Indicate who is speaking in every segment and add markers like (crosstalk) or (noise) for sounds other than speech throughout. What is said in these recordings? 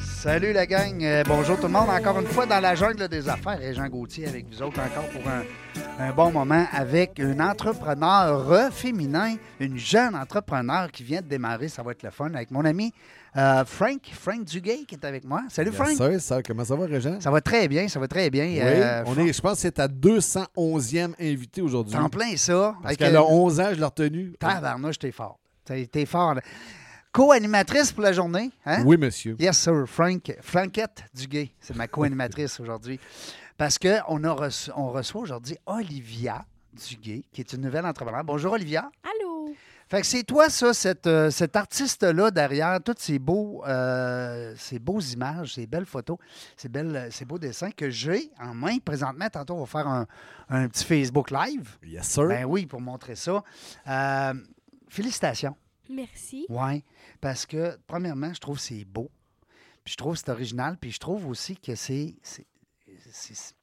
Speaker 1: Salut la gang. Euh, bonjour tout le monde. Encore une fois dans la jungle des affaires. Et Jean Gauthier avec vous autres encore pour un, un bon moment avec une entrepreneur féminin, une jeune entrepreneur qui vient de démarrer. Ça va être le fun avec mon ami euh, Frank, Frank Duguay qui est avec moi. Salut
Speaker 2: Yes,
Speaker 1: Frank.
Speaker 2: sir, sir. Comment ça va, Régent?
Speaker 1: Ça va très bien, ça va très bien.
Speaker 2: Oui,
Speaker 1: Euh,
Speaker 2: on
Speaker 1: Fra-
Speaker 2: est, je pense que c'est ta 211e invité e aujourd'hui.
Speaker 1: t'es en plein ça.
Speaker 2: Parce
Speaker 1: Avec,
Speaker 2: qu'elle
Speaker 1: euh,
Speaker 2: a 11 ans, je l'ai retenue.
Speaker 1: Tabarnouche, t'es fort. T'es t'es fort. là. Co-animatrice pour la journée. Hein?
Speaker 2: Oui, monsieur.
Speaker 1: Yes, sir. Frank, Franquette Duguay, c'est ma co-animatrice aujourd'hui. Parce qu'on on reçoit aujourd'hui Olivia Duguay, qui est une nouvelle entrepreneur. Bonjour, Olivia.
Speaker 3: Allô?
Speaker 1: Fait que c'est toi, ça, cette, euh, cet artiste-là derrière toutes ces beaux, euh, ces beaux images, ces belles photos, ces, belles, ces beaux dessins que j'ai en main présentement. Tantôt, on va faire un, un petit Facebook Live.
Speaker 2: Yes, sir.
Speaker 1: Ben oui, pour montrer ça. Euh, félicitations.
Speaker 3: Merci.
Speaker 1: Oui, parce que, premièrement, je trouve que c'est beau. Puis je trouve que c'est original. Puis je trouve aussi que c'est. c'est- c'est-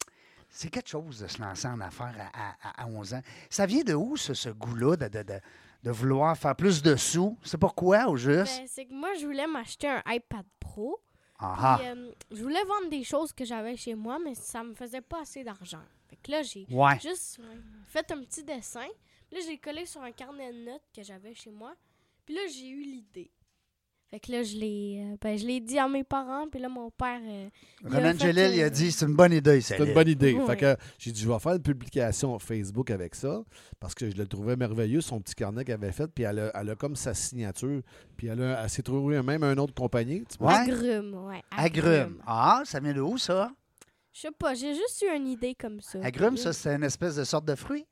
Speaker 1: C'est quelque chose de se lancer en affaires à, à- à 11 ans. Ça vient de où, ce, ce goût-là de, de- de- de vouloir faire plus de sous? C'est pourquoi, au juste?
Speaker 3: Ben, c'est que moi, je voulais m'acheter un iPad Pro.
Speaker 1: Ah
Speaker 3: Puis, euh, je voulais vendre des choses que j'avais chez moi, mais ça me faisait pas assez d'argent. Fait que là, j'ai
Speaker 1: ah! Ouais.
Speaker 3: juste euh, fait un petit dessin. Puis Là, j'ai collé sur un carnet de notes que j'avais chez moi. Puis là, j'ai eu l'idée. Fait que là, je l'ai, euh, ben, je l'ai dit à mes parents. Puis là, mon père. euh, il a
Speaker 1: Ronan
Speaker 3: fait,
Speaker 1: Gélil, il a
Speaker 3: euh,
Speaker 1: dit c'est une bonne idée, ça.
Speaker 2: C'est une bonne idée.
Speaker 3: Oui.
Speaker 2: Fait que j'ai dit, je vais faire une publication Facebook avec ça parce que je le trouvais merveilleux, son petit carnet qu'elle avait fait. Puis elle a, elle a comme sa signature. Puis elle, a- elle s'est trouvée même un autre compagnie. tu vois.
Speaker 1: Ouais.
Speaker 3: Agrumes, ouais.
Speaker 1: Agrume. Ah, ça vient de où, ça?
Speaker 3: Je sais pas, j'ai juste eu une idée comme ça.
Speaker 1: Agrume, ça, c'est une espèce de sorte de fruit.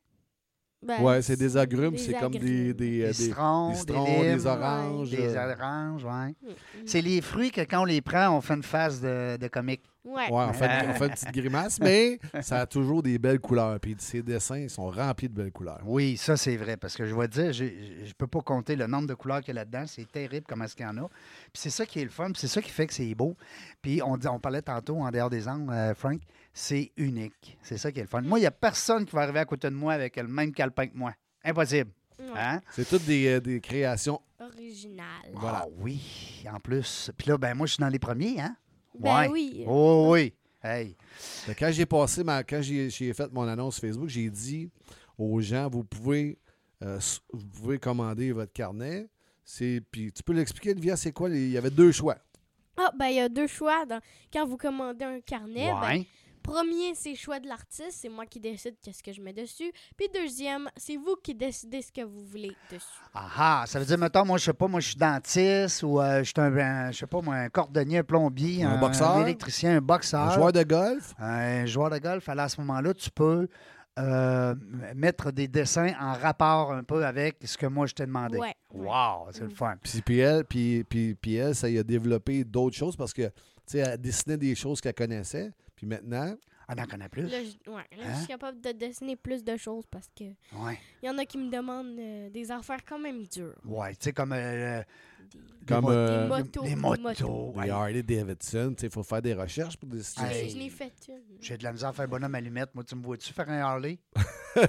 Speaker 3: Ben,
Speaker 2: Ouais, c'est des agrumes. C'est comme des,
Speaker 3: agrumes.
Speaker 2: des,
Speaker 1: Des
Speaker 2: euh, des-
Speaker 1: citrons,
Speaker 2: des
Speaker 1: des,
Speaker 2: citrons,
Speaker 1: limes,
Speaker 2: des oranges.
Speaker 1: des
Speaker 2: euh,
Speaker 1: oranges, ouais.
Speaker 3: Mm, mm.
Speaker 1: C'est les fruits que quand on les prend, on fait une phase de, de comique.
Speaker 3: Ouais.
Speaker 2: Ouais, on fait, une- on (laughs) fait une petite grimace, mais ça a toujours des belles couleurs. Puis ses dessins ils sont remplis de belles couleurs.
Speaker 1: Oui, ça, c'est vrai. Parce que je vais te dire, j'ai- je ne peux pas compter le nombre de couleurs qu'il y a là-dedans. C'est terrible comment est-ce qu'il y en a. Puis c'est ça qui est le fun. puis c'est ça qui fait que c'est beau. Puis on, dit- on parlait tantôt, en dehors des angles, euh, Frank, c'est unique. C'est ça qui est le fun. Moi, il n'y a personne qui va arriver à côté de moi avec le même calepin que moi. Impossible.
Speaker 3: Ouais.
Speaker 1: Hein?
Speaker 2: C'est toutes des, euh, des créations.
Speaker 3: Original.
Speaker 2: Voilà.
Speaker 1: Ah oui, en plus. Puis là, ben moi, je suis dans les premiers, hein?
Speaker 3: Ben
Speaker 1: Ouais.
Speaker 3: oui.
Speaker 1: Oh oui. Hey.
Speaker 2: Fait que quand j'ai passé ma, quand j'ai, j'ai fait mon annonce Facebook, j'ai dit aux gens, vous pouvez, euh, s- vous pouvez commander votre carnet. C'est, puis tu peux l'expliquer, Olivia, c'est quoi? les- il y avait deux choix.
Speaker 3: Ah, ben il y a deux choix. dans- Quand vous commandez un carnet, ben,
Speaker 1: Ouais.
Speaker 3: premier, c'est le choix de l'artiste. C'est moi qui décide qu'est-ce que je mets dessus. Puis deuxième, c'est vous qui décidez ce que vous voulez dessus.
Speaker 1: Ah ah, ça veut dire, mettons, moi, je sais pas, moi, je suis dentiste ou euh, je suis un, un- je sais pas, moi, un cordonnier, un plombier,
Speaker 2: Un boxeur.
Speaker 1: électricien, un boxeur,
Speaker 2: Un joueur de golf,
Speaker 1: un joueur de golf. Alors, à ce moment-là, tu peux euh, m- mettre des dessins en rapport un peu avec ce que moi, je t'ai demandé.
Speaker 3: Ouais.
Speaker 1: Wow, c'est le fun.
Speaker 2: puis, puis elle, puis, puis, puis elle, ça y a développé d'autres choses parce que, tu sais, elle dessinait des choses qu'elle connaissait. Puis maintenant,
Speaker 1: On en connaît Ah, plus.
Speaker 3: Là, je, ouais, là, je
Speaker 1: Hein?
Speaker 3: suis capable de dessiner plus de choses parce que
Speaker 1: Ouais,
Speaker 3: il y en a qui me demandent euh, des affaires quand même dures.
Speaker 1: ouais, tu sais, comme euh,
Speaker 3: Des,
Speaker 2: comme
Speaker 1: mo-
Speaker 2: euh,
Speaker 3: des
Speaker 1: le-
Speaker 3: motos.
Speaker 1: les
Speaker 3: des
Speaker 1: motos.
Speaker 2: les
Speaker 1: ouais.
Speaker 2: Harley Davidson, tu sais, il faut faire des recherches pour
Speaker 3: Je
Speaker 2: dessiner.
Speaker 3: l'ai-
Speaker 1: Hey.
Speaker 3: Je l'ai fait une.
Speaker 1: J'ai de la misère à faire bonhomme allumette. Moi, tu me vois-tu faire un Harley? (laughs)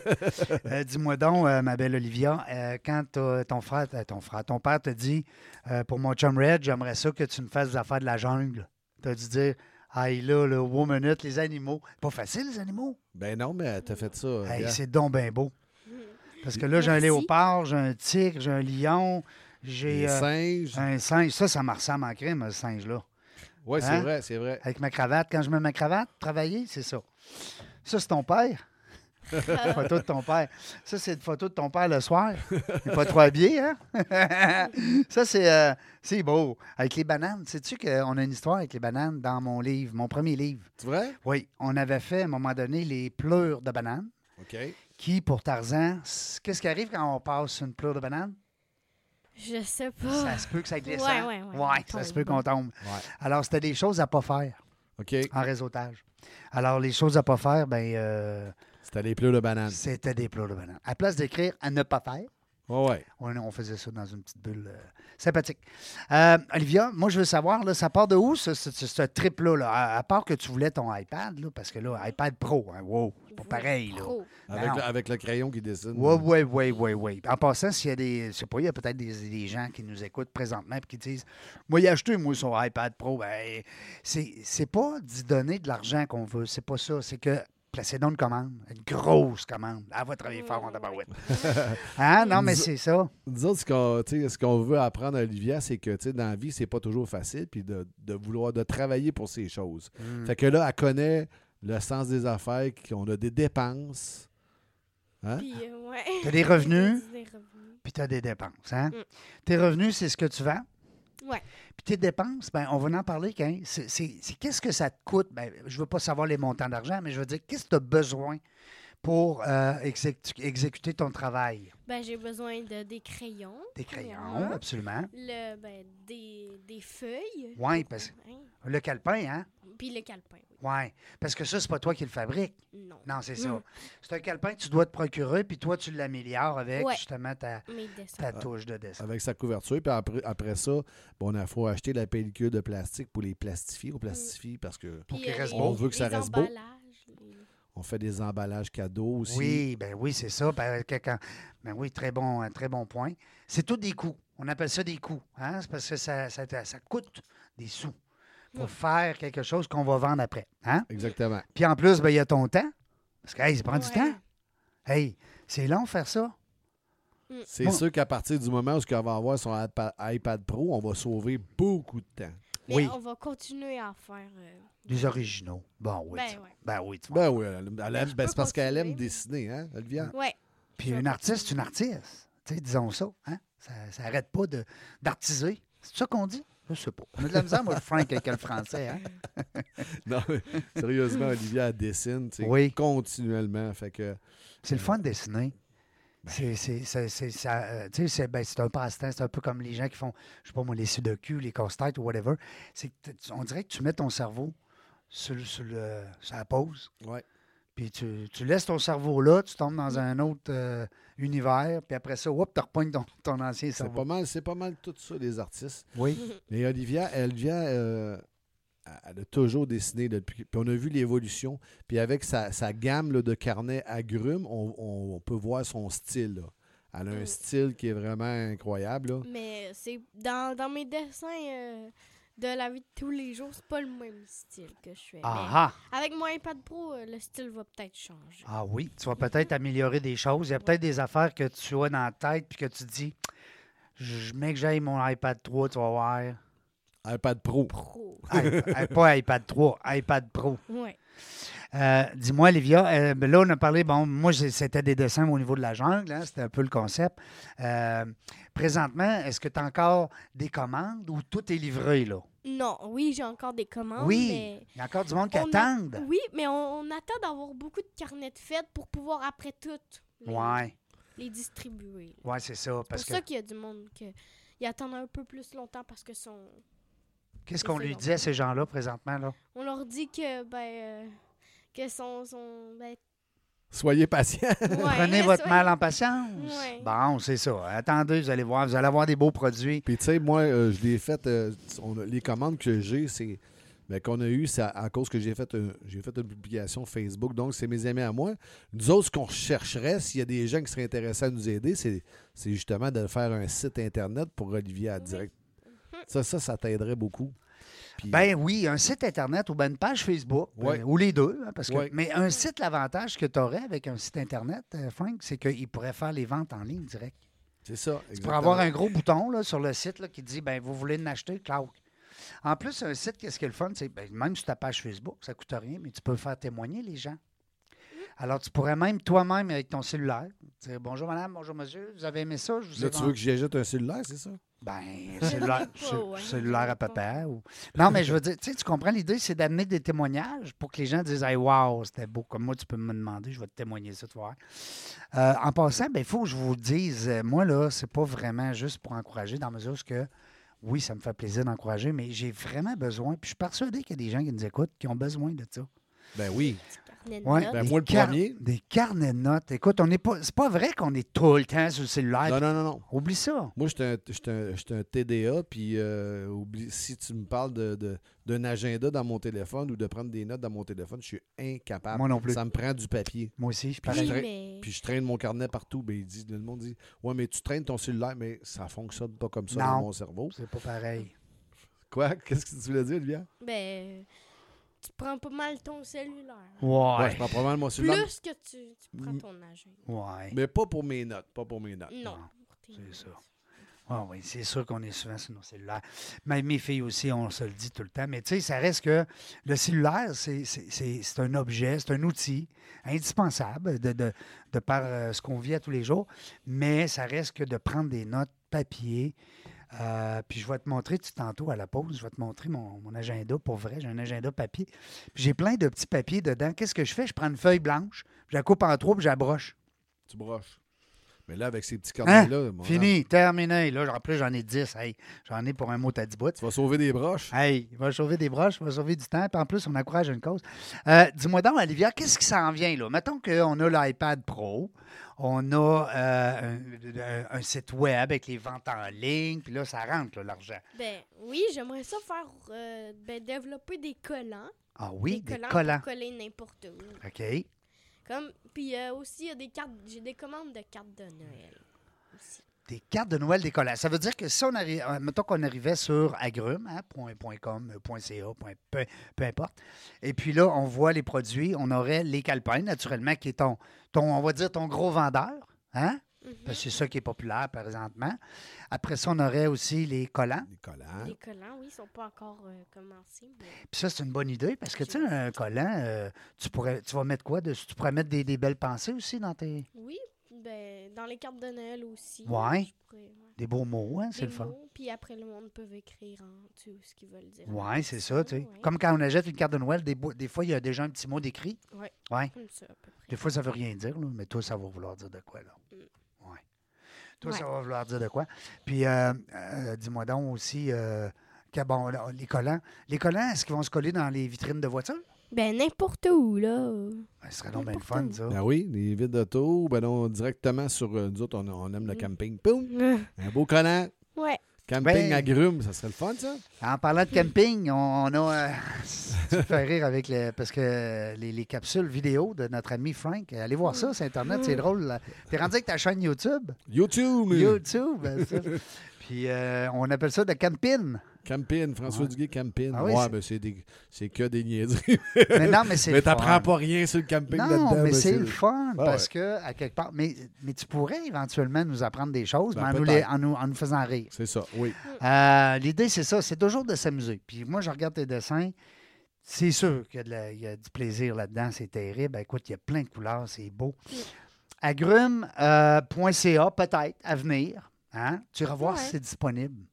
Speaker 1: Euh, Dis-moi donc, euh, ma belle Olivia, euh, quand t'as- ton frère, euh, ton frère, ton père te dit euh, pour mon chum Red, j'aimerais ça que tu me fasses des affaires de la jungle. T'as dû dire Aïe là, le wow minute, les animaux. Pas facile, les animaux.
Speaker 2: Ben non, mais t'as fait ça.
Speaker 1: Hey,
Speaker 2: regarde.
Speaker 1: c'est donc bien beau. Parce que là, j'ai un
Speaker 3: Merci.
Speaker 1: léopard, j'ai un tigre, j'ai un lion, j'ai
Speaker 2: Les
Speaker 1: euh,
Speaker 2: singes.
Speaker 1: un singe. Ça, ça me ressemble en crime, ce singe-là.
Speaker 2: Oui, c'est
Speaker 1: hein?
Speaker 2: vrai, c'est vrai.
Speaker 1: Avec ma cravate, quand je mets ma cravate, travailler, c'est ça. Ça, c'est ton
Speaker 3: (laughs)
Speaker 1: père. Une photo de ton père. Ça, c'est une photo de ton père le soir. Il n'est pas trop habillé, hein? (laughs) ça, c'est euh, c'est beau. Avec les bananes, sais-tu qu'on a une histoire avec les bananes dans mon livre, mon premier livre?
Speaker 2: C'est vrai?
Speaker 1: Oui, on avait fait à un moment donné les pleurs de bananes,
Speaker 2: OK.
Speaker 1: qui, pour Tarzan, c- qu'est-ce qui arrive quand on passe une pleure de banane?
Speaker 3: Je sais
Speaker 1: Ça
Speaker 3: pas.
Speaker 1: se peut que ça glisse.
Speaker 3: Ah! Ouais,
Speaker 1: hein?
Speaker 3: ouais, ouais,
Speaker 1: Ouais,
Speaker 3: on
Speaker 1: ça se
Speaker 3: tombe.
Speaker 1: peut qu'on tombe.
Speaker 2: Ouais.
Speaker 1: Alors, c'était des choses à pas faire
Speaker 2: OK.
Speaker 1: en réseautage. Alors, les choses à pas faire, ben euh,
Speaker 2: C'était les pleurs de banane.
Speaker 1: ben, c'était des plats de banane. À place d'écrire à ne pas faire,
Speaker 2: Ouais, ouais.
Speaker 1: On, on faisait ça dans une petite bulle euh, sympathique. Euh, Olivia, moi, je veux savoir, là, ça part de où, ce, ce- ce- ce trip-là? là? À, à part que tu voulais ton iPad, là, parce que là, iPad Pro, hein, wow, c'est pas pareil, là.
Speaker 3: Pro.
Speaker 2: Avec,
Speaker 1: Ben Non.
Speaker 2: le, avec le crayon qui dessine.
Speaker 1: Oui, oui, oui, oui, oui. En passant, s'il y a des. Je sais pas, il y a peut-être des, des gens qui nous écoutent présentement et qui disent Moi, il a acheté, moi, son iPad Pro. Ben, c'est c'est pas d'y donner de l'argent qu'on veut. C'est pas ça. C'est que placez donc une commande, une grosse commande. Elle va travailler fort en tabarouette. (laughs) Hein? Non, mais c'est ça.
Speaker 2: Disons, ce qu'on tu sais, ce qu'on veut apprendre à Olivia, c'est que tu sais, dans la vie, c'est pas toujours facile, puis de, de vouloir de travailler pour ces choses.
Speaker 1: Mm.
Speaker 2: Fait que là, elle connaît le sens des affaires, qu'on a des dépenses. Hein?
Speaker 3: Puis, euh, ouais.
Speaker 1: T'as des
Speaker 3: (laughs)
Speaker 1: revenus,
Speaker 3: Des revenus.
Speaker 1: puis t'as des dépenses. Hein?
Speaker 3: Mm.
Speaker 1: Tes revenus, c'est ce que tu vends.
Speaker 3: Ouais.
Speaker 1: Puis tes dépenses, ben, on va en parler. Quand, c'est, c'est- c'est qu'est-ce que ça te coûte? Ben, je veux pas savoir les montants d'argent, mais je veux dire, qu'est-ce que tu as besoin pour euh, exécu- exécuter ton travail?
Speaker 3: Ben, j'ai besoin de des crayons,
Speaker 1: Tes crayons,
Speaker 3: Premièrement.
Speaker 1: absolument.
Speaker 3: le, ben, des, des feuilles.
Speaker 1: Oui, parce
Speaker 3: Hein?
Speaker 1: le calepin, hein?
Speaker 3: Puis le calepin, oui.
Speaker 1: Oui. Parce que ça, c'est pas toi qui le fabrique.
Speaker 3: Non.
Speaker 1: Non, c'est ça.
Speaker 3: Mm.
Speaker 1: C'est un calepin que tu dois te procurer, puis toi, tu l'améliores avec
Speaker 3: Ouais.
Speaker 1: justement ta,
Speaker 3: Mes dessins.
Speaker 1: ta touche de dessin.
Speaker 2: Avec sa couverture, puis après, après ça, ben, on a faut acheter la pellicule de plastique pour les plastifier. On plastifie parce que
Speaker 1: pour
Speaker 3: Puis,
Speaker 1: qu'il
Speaker 3: euh,
Speaker 1: reste
Speaker 3: les-
Speaker 1: beau.
Speaker 2: On veut que ça
Speaker 3: les
Speaker 2: reste beau.
Speaker 3: emballages, les-
Speaker 2: on fait des emballages cadeaux aussi.
Speaker 1: Oui, ben oui, c'est ça. Ben, que- quand- ben oui, très bon, un très bon point. C'est tout des coûts. On appelle ça des coûts. Hein? C'est parce que ça, ça, ça coûte des sous pour
Speaker 3: Ouais.
Speaker 1: faire quelque chose qu'on va vendre après. Hein?
Speaker 2: Exactement.
Speaker 1: Puis en plus, ben, il y a ton temps. Parce que, hey, ça prend du
Speaker 3: Ouais.
Speaker 1: temps. Hey, c'est long faire ça.
Speaker 2: C'est
Speaker 1: Bon.
Speaker 2: sûr qu'à partir du moment où on va avoir son iPad, iPad Pro, on va sauver beaucoup de temps.
Speaker 3: Mais
Speaker 1: Oui.
Speaker 3: on va continuer à faire. euh,
Speaker 1: Des originaux. Bon, oui.
Speaker 3: Ben
Speaker 1: tu-
Speaker 3: ouais.
Speaker 1: ben oui, tu vois.
Speaker 2: Ben oui, elle, elle aime-
Speaker 3: je
Speaker 2: ben,
Speaker 3: peux
Speaker 2: c'est parce qu'elle aime
Speaker 3: continuer, mais-
Speaker 2: dessiner, hein,
Speaker 1: (laughs)
Speaker 2: Olivia?
Speaker 3: Ouais.
Speaker 1: Puis une artiste, c'est une artiste. Tu sais, disons ça. Hein? Ça n'arrête pas de- d'artiser. C'est ça qu'on dit? Je sais pas. On a de la misère, moi, le frank avec le français. Hein?
Speaker 2: Non, mais sérieusement, Olivia, elle dessine tu sais,
Speaker 1: Oui.
Speaker 2: continuellement. Fait que,
Speaker 1: C'est le fun de dessiner.
Speaker 2: Ben.
Speaker 1: C'est c'est- c'est- c'est- ça, euh, tu sais, c'est- ben, c'est un passe-temps. C'est un peu comme les gens qui font, je sais pas moi, les sudoku, les casse-têtes ou whatever. C'est que t- tu- on dirait que tu mets ton cerveau sur, le- sur le, sur la pause.
Speaker 2: Ouais.
Speaker 1: Puis tu, tu laisses ton cerveau là, tu tombes dans un autre euh, univers, puis après ça, hop, tu repognes ton, ton ancien
Speaker 2: c'est
Speaker 1: cerveau.
Speaker 2: pas mal, c'est pas mal tout ça, les artistes.
Speaker 1: Oui.
Speaker 2: (laughs) Mais Olivia, elle vient, euh, elle a toujours dessiné depuis. Puis on a vu l'évolution. Puis avec sa, sa gamme là, de carnets à grumes, on, on- on peut voir son style. là. Elle a un
Speaker 3: Mm.
Speaker 2: style qui est vraiment incroyable. là.
Speaker 3: Mais c'est dans, dans mes dessins euh, de la vie de tous les jours, c'est pas le même style que je fais.
Speaker 1: Ah
Speaker 3: Mais
Speaker 1: ah!
Speaker 3: Avec mon iPad Pro, euh, le style va peut-être changer.
Speaker 1: Ah oui, tu vas peut-être améliorer des choses. Il y a peut-être des affaires que tu as dans la tête puis que tu dis, je mets que j'aille mon iPad 3, tu vas voir.
Speaker 2: iPad Pro.
Speaker 3: Pro.
Speaker 1: iPad- pas iPad 3, iPad Pro.
Speaker 3: Ouais.
Speaker 1: Euh, Dis-moi, Olivia, euh, ben là, on a parlé, bon, moi, j'ai- c'était des dessins au niveau de la jungle, hein, c'était un peu le concept. Euh, présentement, est-ce que tu as encore des commandes ou tout est livré, là?
Speaker 3: Non, oui, j'ai encore des commandes.
Speaker 1: oui,
Speaker 3: Oh, mais
Speaker 1: il y a encore du monde qui
Speaker 3: on a-
Speaker 1: attend.
Speaker 3: Oui, mais on, on attend d'avoir beaucoup de carnets de fêtes pour pouvoir après tout les,
Speaker 1: Oui,
Speaker 3: les distribuer.
Speaker 1: ouais, c'est ça.
Speaker 3: C'est pour
Speaker 1: Parce que
Speaker 3: ça qu'il y a du monde qui attend un peu plus longtemps parce que son,
Speaker 1: qu'est-ce
Speaker 3: c'est
Speaker 1: qu'on lui
Speaker 3: long.
Speaker 1: dit à ces gens-là présentement, là?
Speaker 3: on leur dit que ben euh, que son, son
Speaker 1: (laughs)
Speaker 3: ben,
Speaker 2: Soyez patient. (laughs)
Speaker 3: (laughs)
Speaker 1: Prenez votre mal en patience.
Speaker 3: Ouais.
Speaker 1: Bon, c'est ça. Attendez, vous allez voir, vous allez avoir des beaux produits.
Speaker 2: Puis tu sais, moi, euh, je l'ai fait. euh, on a- les commandes que j'ai, c'est. ben, qu'on a eu, c'est à, à cause que j'ai fait, un- j'ai fait une publication Facebook. Donc, c'est mes amis à moi. Nous autres, ce qu'on rechercherait, s'il y a des gens qui seraient intéressés à nous aider, c'est, c'est justement de faire un site Internet pour Olivier à direct. Ça, ça, ça t'aiderait beaucoup. Puis-
Speaker 1: Ben oui, un site Internet ou ben une page Facebook, ben,
Speaker 2: Ouais.
Speaker 1: ou les deux. hein, parce que,
Speaker 2: Ouais.
Speaker 1: Mais un site, l'avantage que tu aurais avec un site Internet, euh, Frank, c'est qu'il pourrait faire les ventes en ligne direct.
Speaker 2: c'est ça.
Speaker 1: Tu pourrais avoir un gros bouton là, sur le site là, qui dit ben vous voulez en acheter, claude. En plus, un site, qu'est-ce qui est le fun? C'est ben, même sur ta page Facebook, ça ne coûte rien, mais tu peux faire témoigner les gens. Alors, tu pourrais même toi-même, avec ton cellulaire, dire Bonjour madame, bonjour monsieur, vous avez aimé ça? Je vous ai
Speaker 2: Là, tu
Speaker 1: vendu-
Speaker 2: veux que j'ajoute un cellulaire, c'est ça?
Speaker 3: (laughs)
Speaker 1: ben, cellulaire,
Speaker 3: Pas,
Speaker 1: cell-
Speaker 3: ouais.
Speaker 1: cellulaire à papa. Ou... Non, mais je veux dire, tu sais, tu comprends l'idée, c'est d'amener des témoignages pour que les gens disent Hey, wow, c'était beau. Comme moi, tu peux me demander, je vais te témoigner ça, tu vas voir. Euh, en passant, ben, il faut que je vous dise, euh, moi, là, c'est pas vraiment juste pour encourager, dans la mesure où ce que, oui, ça me fait plaisir d'encourager, mais j'ai vraiment besoin, puis je suis persuadé qu'il y a des gens qui nous écoutent qui ont besoin de ça.
Speaker 2: Ben oui.
Speaker 3: petit carnet. carnets de
Speaker 1: Ouais.
Speaker 3: notes.
Speaker 2: Ben,
Speaker 1: Des
Speaker 2: moi, le
Speaker 1: car-
Speaker 2: premier.
Speaker 1: Des carnets de notes. Écoute, on n'est pas. C'est pas vrai qu'on est tout le temps sur le cellulaire.
Speaker 2: Non, non, non, non.
Speaker 1: Oublie ça.
Speaker 2: Moi, j'étais un, j'étais un- j'étais un TDA, puis euh, oublie- si tu me parles de- de- d'un agenda dans mon téléphone ou de prendre des notes dans mon téléphone, je suis incapable.
Speaker 1: Moi non plus.
Speaker 2: Ah, Ça me prend du papier.
Speaker 1: Moi aussi, je
Speaker 3: Oui,
Speaker 1: pareil.
Speaker 2: très-
Speaker 3: mais
Speaker 2: Puis je traîne mon carnet partout. Ben, il dit, le monde dit Ouais, mais tu traînes ton cellulaire, mais ça fonctionne pas comme ça dans
Speaker 1: Non.
Speaker 2: mon cerveau.
Speaker 1: C'est pas pareil.
Speaker 2: Quoi (laughs) Qu'est-ce que tu voulais dire, Olivia
Speaker 3: ben, tu prends pas mal ton cellulaire.
Speaker 2: Ouais,
Speaker 1: Ouais.
Speaker 2: je prends probablement mon
Speaker 3: Plus
Speaker 2: cellulaire.
Speaker 3: que tu, tu prends ton agenda.
Speaker 1: Ouais.
Speaker 2: Mais pas pour mes notes. Pas pour mes notes.
Speaker 3: Non.
Speaker 1: Ah, Non,
Speaker 3: pour tes
Speaker 1: c'est
Speaker 3: notes.
Speaker 1: ça. Ah oui, c'est sûr qu'on est souvent sur nos cellulaires. Même mes filles aussi, on se le dit tout le temps. Mais tu sais, ça reste que le cellulaire, c'est- c'est c'est- c'est un objet, c'est un outil indispensable de, de, de par euh, ce qu'on vit à tous les jours. Mais ça reste que de prendre des notes papier. Euh, puis je vais te montrer tu- tantôt à la pause, je vais te montrer mon, mon agenda pour vrai. J'ai un agenda papier. Puis j'ai plein de petits papiers dedans. Qu'est-ce que je fais? Je prends une feuille blanche, je la coupe en trois, puis je la broche.
Speaker 2: Tu broches. Mais là, avec ces petits
Speaker 1: Hein?
Speaker 2: carnets-là, mon homme,
Speaker 1: Fini, terminé. Là, en plus, j'en ai 10. Hey, j'en ai pour un mot à 10 bouts.
Speaker 2: tu vas sauver des broches.
Speaker 1: Hey, il va sauver des broches, il va sauver du temps. Puis en plus, on encourage une cause. Euh, Dis-moi donc, Olivia, qu'est-ce qui s'en vient là? Mettons qu'on a l'iPad Pro, on a euh, un, un- un site web avec les ventes en ligne, puis là, ça rentre là, l'argent.
Speaker 3: Ben oui, j'aimerais ça faire euh, ben, développer des collants.
Speaker 1: Ah oui,
Speaker 3: des
Speaker 1: des
Speaker 3: collants,
Speaker 1: collants.
Speaker 3: pour coller n'importe où.
Speaker 1: OK.
Speaker 3: Comme puis euh, aussi il y a des cartes, j'ai des commandes de cartes de Noël. aussi.
Speaker 1: Des cartes de Noël, des collants. Ça veut dire que si on arrive, mettons qu'on arrivait sur agrume, hein, point- point .com, point .ca, point- peu, peu importe, et puis là, on voit les produits, on aurait les calepins, naturellement, qui est ton, ton on va dire, ton gros vendeur, hein?
Speaker 3: Mhm.
Speaker 1: Parce que c'est ça qui est populaire présentement. Après ça, on aurait aussi les collants.
Speaker 2: Des
Speaker 1: Ah.
Speaker 2: collants.
Speaker 3: Les collants, oui, ils sont pas encore euh, commencés. mais-
Speaker 1: Puis ça, c'est une bonne idée parce que, tu sais, un collant, euh, tu, pourrais, tu vas mettre quoi dessus? Tu pourrais mettre des, des belles pensées aussi dans tes.
Speaker 3: Oui, ben dans les cartes de Noël aussi. euh,
Speaker 1: Ouais.
Speaker 3: je pourrais- ouais.
Speaker 1: Des beaux mots, hein? C'est
Speaker 3: Des
Speaker 1: le fun.
Speaker 3: mots, Puis après le monde peut écrire en dessous ce qu'ils veulent dire.
Speaker 1: Oui, c'est ça, tu sais.
Speaker 3: Ouais,
Speaker 1: Comme quand on achète une carte de Noël, des, beaux- des fois, il y a déjà un petit mot décrit.
Speaker 3: Ouais. comme ça à peu près.
Speaker 1: Des fois, ça veut rien dire, là, mais toi, ça va vouloir dire de quoi, là. Ouais. Toi,
Speaker 3: Mm. Ouais.
Speaker 1: ça va vouloir dire de quoi. Puis, euh, euh, dis-moi donc aussi, euh, que, bon, là, les collants. Les collants, est-ce qu'ils vont se coller dans les vitrines de voitures?
Speaker 3: Ben n'importe où là.
Speaker 1: Ben, ce serait donc bien le fun,
Speaker 3: N'importe où.
Speaker 1: ça.
Speaker 2: Ben oui, les vides d'auto, ben non, directement sur euh, nous autres, on, on aime le
Speaker 3: Mm.
Speaker 2: camping. Poum! Un beau collant.
Speaker 3: ouais.
Speaker 2: Camping
Speaker 1: Ben-
Speaker 2: à grume, ça serait le fun, ça?
Speaker 1: En parlant de camping, on, on a. euh, (laughs) tu me fais rire avec le. Parce que les, les capsules vidéo de notre ami Frank. Allez voir ça sur Internet, c'est drôle. là. T'es rendu avec ta chaîne YouTube?
Speaker 2: YouTube!
Speaker 1: YouTube! ça. Puis euh, on appelle ça de camping.
Speaker 2: Camping, François
Speaker 1: Ouais.
Speaker 2: Duguay, camping.
Speaker 1: Ah oui,
Speaker 2: ouais,
Speaker 1: c'est-
Speaker 2: ben c'est des- c'est que des niaiseries. (laughs)
Speaker 1: Mais non, mais c'est.
Speaker 2: mais
Speaker 1: le fun.
Speaker 2: t'apprends pas rien sur le camping là-dedans.
Speaker 1: Non, mais
Speaker 2: ben,
Speaker 1: c'est le fun
Speaker 2: Ah
Speaker 1: parce que, à quelque part. Mais, mais tu pourrais éventuellement nous apprendre des choses,
Speaker 2: Ben,
Speaker 1: mais en nous,
Speaker 2: peut-être.
Speaker 1: les- en nous- en nous faisant rire.
Speaker 2: C'est ça, oui.
Speaker 1: Euh, L'idée, c'est ça, c'est toujours de s'amuser. Puis moi, je regarde tes dessins. C'est sûr qu'il y a, de la- il y a du plaisir là-dedans, c'est terrible. Ben, Écoute, il y a plein de couleurs, c'est beau. euh, Agrume.ca, peut-être, à venir. Hein? Tu iras voir
Speaker 3: Ouais.
Speaker 1: si c'est disponible.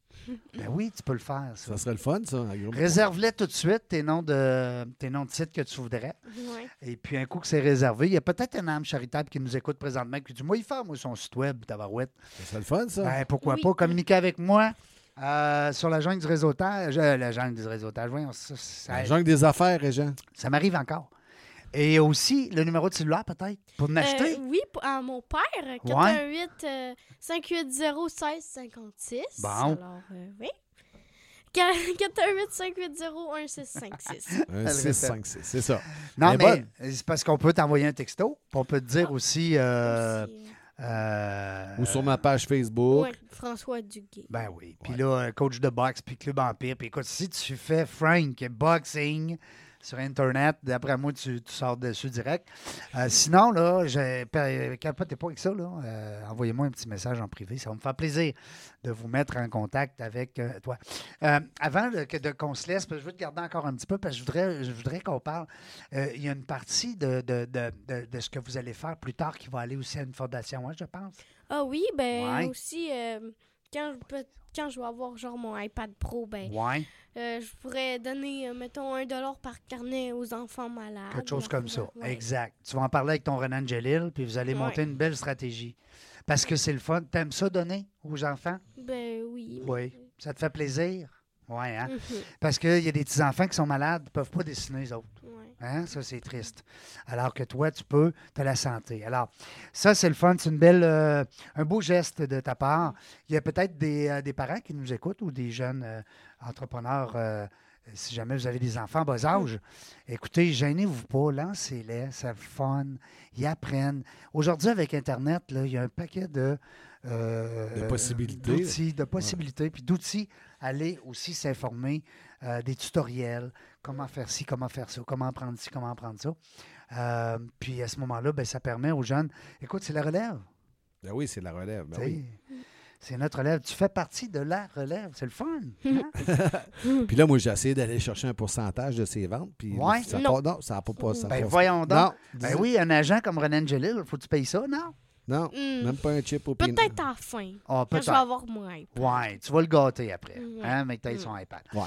Speaker 1: Ben oui, tu peux le faire, ça.
Speaker 2: Ça serait le fun, ça, à grume.
Speaker 1: Réserve-les tout de suite, tes noms de, tes noms de sites que tu voudrais.
Speaker 3: Ouais.
Speaker 1: Et puis, un coup que c'est réservé, il y a peut-être un âme charitable qui nous écoute présentement qui dit Moi, il fait, moi, son site web, Tabarouette.
Speaker 2: Ça serait le fun, ça.
Speaker 1: Ben, pourquoi
Speaker 3: Oui.
Speaker 1: pas communiquer avec moi euh, sur la jungle du réseautage. euh, la jungle du réseautage, voyons, ça, ça,
Speaker 2: La jungle des
Speaker 1: (laughs)
Speaker 2: affaires, Réjean.
Speaker 1: ça m'arrive encore. Et aussi, le numéro de cellulaire, peut-être, pour m'acheter.
Speaker 3: Euh, oui, pour- à mon père, 418 euh, 580 1656.
Speaker 1: Bon.
Speaker 3: Alors, euh, oui. Qu- (laughs) 418 580 1656.
Speaker 2: Un
Speaker 1: le
Speaker 2: 6, 5, 6. C'est ça.
Speaker 1: non,
Speaker 2: elle est
Speaker 1: mais c'est parce qu'on peut t'envoyer un texto. puis On peut te dire aussi. euh,
Speaker 3: Ah. Aussi,
Speaker 1: euh,
Speaker 2: Ou sur ma page
Speaker 3: euh,
Speaker 2: Facebook.
Speaker 3: ouais, François Duguay.
Speaker 1: Ben oui. Puis
Speaker 2: Ouais.
Speaker 1: là, euh, coach de boxe, puis club empire. Puis écoute, si tu fais Frank Boxing sur Internet, d'après moi, tu, tu sors dessus direct. Euh, sinon, là, je pa- capotez pas avec ça. là. Euh, Envoyez-moi un petit message en privé. Ça va me faire plaisir de vous mettre en contact avec euh, toi. Euh, avant de, que- de qu'on se laisse, parce que je veux te garder encore un petit peu, parce que je voudrais, je voudrais qu'on parle. Euh, Il y a une partie de, de- de- de- de ce que vous allez faire plus tard qui va aller aussi à une fondation, hein, je pense.
Speaker 3: Ah oui, ben
Speaker 1: Ouais.
Speaker 3: aussi, euh, quand, je peux- quand je vais avoir genre mon iPad Pro, ben
Speaker 1: Oui.
Speaker 3: euh, je pourrais donner, euh, mettons, un dollar par carnet aux enfants malades.
Speaker 1: Quelque chose
Speaker 3: ou
Speaker 1: comme ça.
Speaker 3: enfants- ouais.
Speaker 1: Exact. Tu vas en parler avec ton Renan Jalil, puis vous allez
Speaker 3: Ouais.
Speaker 1: monter une belle stratégie. Parce que c'est le fun. T'aimes ça donner aux enfants?
Speaker 3: Ben oui.
Speaker 1: Oui. Ça te fait plaisir? Ouais, hein?
Speaker 3: Mhm.
Speaker 1: Parce qu'il y a des petits-enfants qui sont malades, ne peuvent pas dessiner, les autres.
Speaker 3: Ouais.
Speaker 1: Hein? Ça, c'est triste. Alors que toi, tu peux, tu as la santé. Alors, ça, c'est le fun. C'est une belle, euh, un beau geste de ta part. Il y a peut-être des, euh, des parents qui nous écoutent ou des jeunes euh, entrepreneurs. euh, si jamais vous avez des enfants en bas
Speaker 2: Mm-hmm.
Speaker 1: âge, écoutez, gênez-vous pas, lancez-les, c'est le fun, ils apprennent. Aujourd'hui, avec Internet, là, il y a un paquet de, euh,
Speaker 2: De possibilités.
Speaker 1: d'outils, de possibilités, puis d'outils. Allez aussi s'informer euh, des tutoriels, comment faire ci, comment faire ça, comment prendre ci, comment prendre ça. Euh, puis à ce moment-là, ben, ça permet aux jeunes, écoute, c'est la relève.
Speaker 2: Ben oui, c'est de la relève. Ben
Speaker 1: tu sais.
Speaker 2: oui.
Speaker 1: C'est notre relève. Tu fais partie de la relève. C'est le fun.
Speaker 2: Ben
Speaker 1: hein?
Speaker 2: Puis là, moi, j'ai essayé d'aller chercher un pourcentage de ses ventes. Puis
Speaker 1: Ouais.
Speaker 2: ça
Speaker 3: Non.
Speaker 2: pas- non, ça n'a pas passé.
Speaker 1: ben voyons donc.
Speaker 2: Non,
Speaker 1: Ben
Speaker 2: dis-
Speaker 1: oui, un agent comme René Angelil, faut que tu payes ça, non?
Speaker 2: non,
Speaker 3: Hmm.
Speaker 2: même pas un chip au pin-
Speaker 3: Peut-être à la fin.
Speaker 1: Ah,
Speaker 3: Quand je vais avoir Mm-hmm. mon hype.
Speaker 1: Ouais, tu vas le gâter après,
Speaker 3: Ouais.
Speaker 1: hein, mais que tu son iPad.
Speaker 2: Ouais.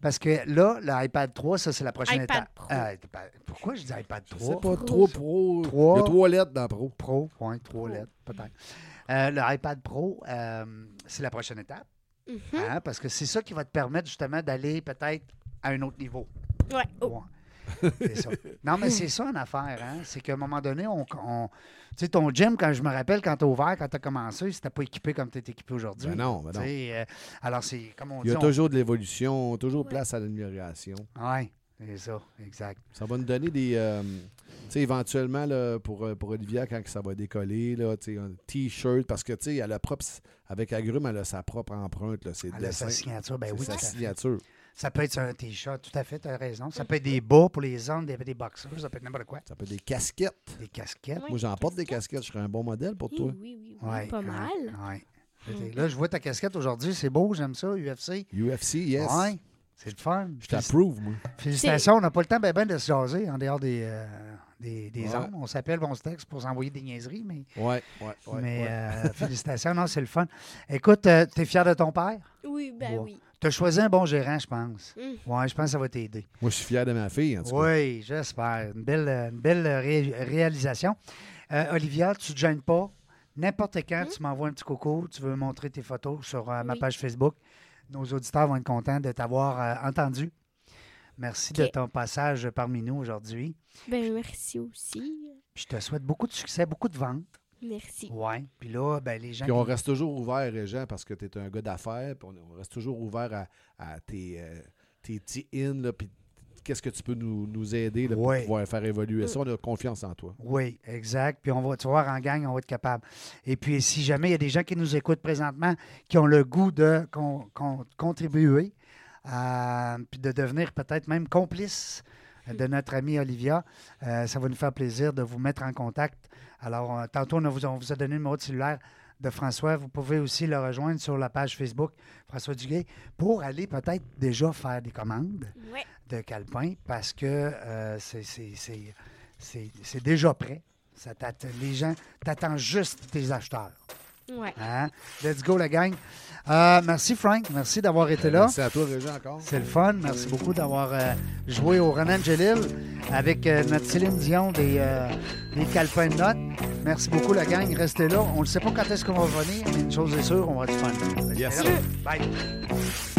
Speaker 1: Parce que là, l'iPad 3, ça, c'est la prochaine
Speaker 3: iPad
Speaker 1: étape.
Speaker 3: Pro.
Speaker 1: Ah, iPad- pourquoi je dis iPad
Speaker 2: Je sais
Speaker 1: 3?
Speaker 2: pas, trop pro.
Speaker 1: Trois.
Speaker 2: Il y a trois lettres dans pro.
Speaker 1: Pro, ouais, trois lettres, peut-être. Euh, le iPad Pro, euh, c'est la prochaine étape,
Speaker 3: Mhm.
Speaker 1: hein, parce que c'est ça qui va te permettre justement d'aller peut-être à un autre niveau.
Speaker 3: Ouais. Oh.
Speaker 1: Ouais. C'est ça. Non, mais c'est ça une affaire. Hein? C'est qu'à un moment donné, on. on- tu sais, ton gym, quand je me rappelle, quand t'as ouvert, quand t'as commencé, c'était pas équipé comme t'es équipé aujourd'hui.
Speaker 2: Ben non, ben
Speaker 1: Tu
Speaker 2: non.
Speaker 1: sais, euh, alors, c'est comme on
Speaker 2: Il y
Speaker 1: dit.
Speaker 2: a
Speaker 1: on-
Speaker 2: toujours de l'évolution, toujours place à l'amélioration.
Speaker 1: Ouais, c'est ça, exact.
Speaker 2: Ça va nous donner des. euh, tu sais, éventuellement, là, pour, euh, pour Olivia, quand ça va décoller, là, tu sais, un t-shirt, parce que, tu sais, elle a propre, avec Agrume, elle a sa propre empreinte, là, ses
Speaker 1: Elle a
Speaker 2: dessins.
Speaker 1: sa signature, ben
Speaker 2: C'est
Speaker 1: oui,
Speaker 2: sa
Speaker 1: tout à fait.
Speaker 2: signature.
Speaker 1: Ça peut être sur un t-shirt, tout à fait, tu as raison. Ça peut être des bas pour les hommes, des, des boxers, ça peut être n'importe quoi.
Speaker 2: Ça peut être des casquettes.
Speaker 1: Des casquettes.
Speaker 3: Ouais,
Speaker 2: Moi, j'en porte des casquettes, je serais un bon modèle pour
Speaker 3: Oui,
Speaker 2: toi.
Speaker 3: oui, oui, oui,
Speaker 1: Ouais,
Speaker 3: pas
Speaker 1: ouais,
Speaker 3: mal. Mm.
Speaker 1: ouais. Fait que Là, je vois ta casquette aujourd'hui, c'est beau, j'aime ça, UFC.
Speaker 2: UFC, yes.
Speaker 1: Ouais, c'est le fun.
Speaker 2: Je t'approuve, moi.
Speaker 1: Félicitations, on n'a pas le temps ben ben de se jaser en dehors des, euh, des, des
Speaker 2: Ouais.
Speaker 1: ondes. On s'appelle, on se texte pour s'envoyer des niaiseries, mais,
Speaker 2: Ouais, ouais, ouais.
Speaker 1: mais
Speaker 2: ouais.
Speaker 1: euh, (laughs) félicitations, non, c'est le fun. Écoute, euh, t'es fier de ton père?
Speaker 3: Oui, ben
Speaker 1: Ouais.
Speaker 3: oui.
Speaker 1: T'as choisi un bon gérant, je pense.
Speaker 3: Mm.
Speaker 1: Ouais, je pense que ça va t'aider.
Speaker 2: Moi, je suis fier de ma fille, en tout cas.
Speaker 1: Oui, j'espère. Une belle, euh, une belle ré- réalisation. Euh, Olivia, tu ne te gênes pas. N'importe quand, tu m'envoies un petit coucou, tu veux montrer tes photos sur euh, ma
Speaker 3: Mm-hmm. Oui.
Speaker 1: page Facebook. Nos auditeurs vont être contents de t'avoir euh, entendu. Merci de
Speaker 3: Ok.
Speaker 1: ton passage parmi nous aujourd'hui.
Speaker 3: Ben merci aussi.
Speaker 1: Je te souhaite beaucoup de succès, beaucoup de ventes.
Speaker 3: Merci.
Speaker 1: Oui. Puis là, ben, les gens.
Speaker 2: Puis on
Speaker 1: qui-
Speaker 2: reste toujours ouvert, euh, Jean, parce que tu es un gars d'affaires. Puis on, on reste toujours ouvert à, à tes, euh, tes petits in, là, puis qu'est-ce que tu peux nous, nous aider là,
Speaker 1: Ouais. Mmh.
Speaker 2: pour pouvoir faire évoluer ça. On a confiance en toi.
Speaker 1: Oui, exact. Puis on va, tu vas voir, en gang, on va être capable. Et puis, si jamais il y a des gens qui nous écoutent présentement, qui ont le goût de con- con- contribuer, à- puis de devenir peut-être même complice de notre amie Olivia, euh, ça va nous faire plaisir de vous mettre en contact. Alors, euh, tantôt, on a vous- on vous a donné le numéro de cellulaire de François. Vous pouvez aussi le rejoindre sur la page Facebook François Duguay pour aller peut-être déjà faire des commandes
Speaker 3: Ouais.
Speaker 1: de Calpin parce que euh, c'est- c'est- c'est c'est- c'est déjà prêt. Ça t'atte- les gens t'attendent juste tes acheteurs.
Speaker 3: Ouais.
Speaker 1: hein? Let's go, la gang. Euh, merci, Frank. Merci d'avoir été là.
Speaker 2: Merci à toi, Régent, encore.
Speaker 1: C'est le fun. Merci beaucoup d'avoir euh, joué au Renan Angelil avec euh, notre Céline Dion des, euh, des Calpin de notes. Merci beaucoup, la gang. Restez là. On ne sait pas quand est-ce qu'on va venir, mais une chose est sûre, on va être fun. Restez
Speaker 2: Yes.
Speaker 1: là. Bye.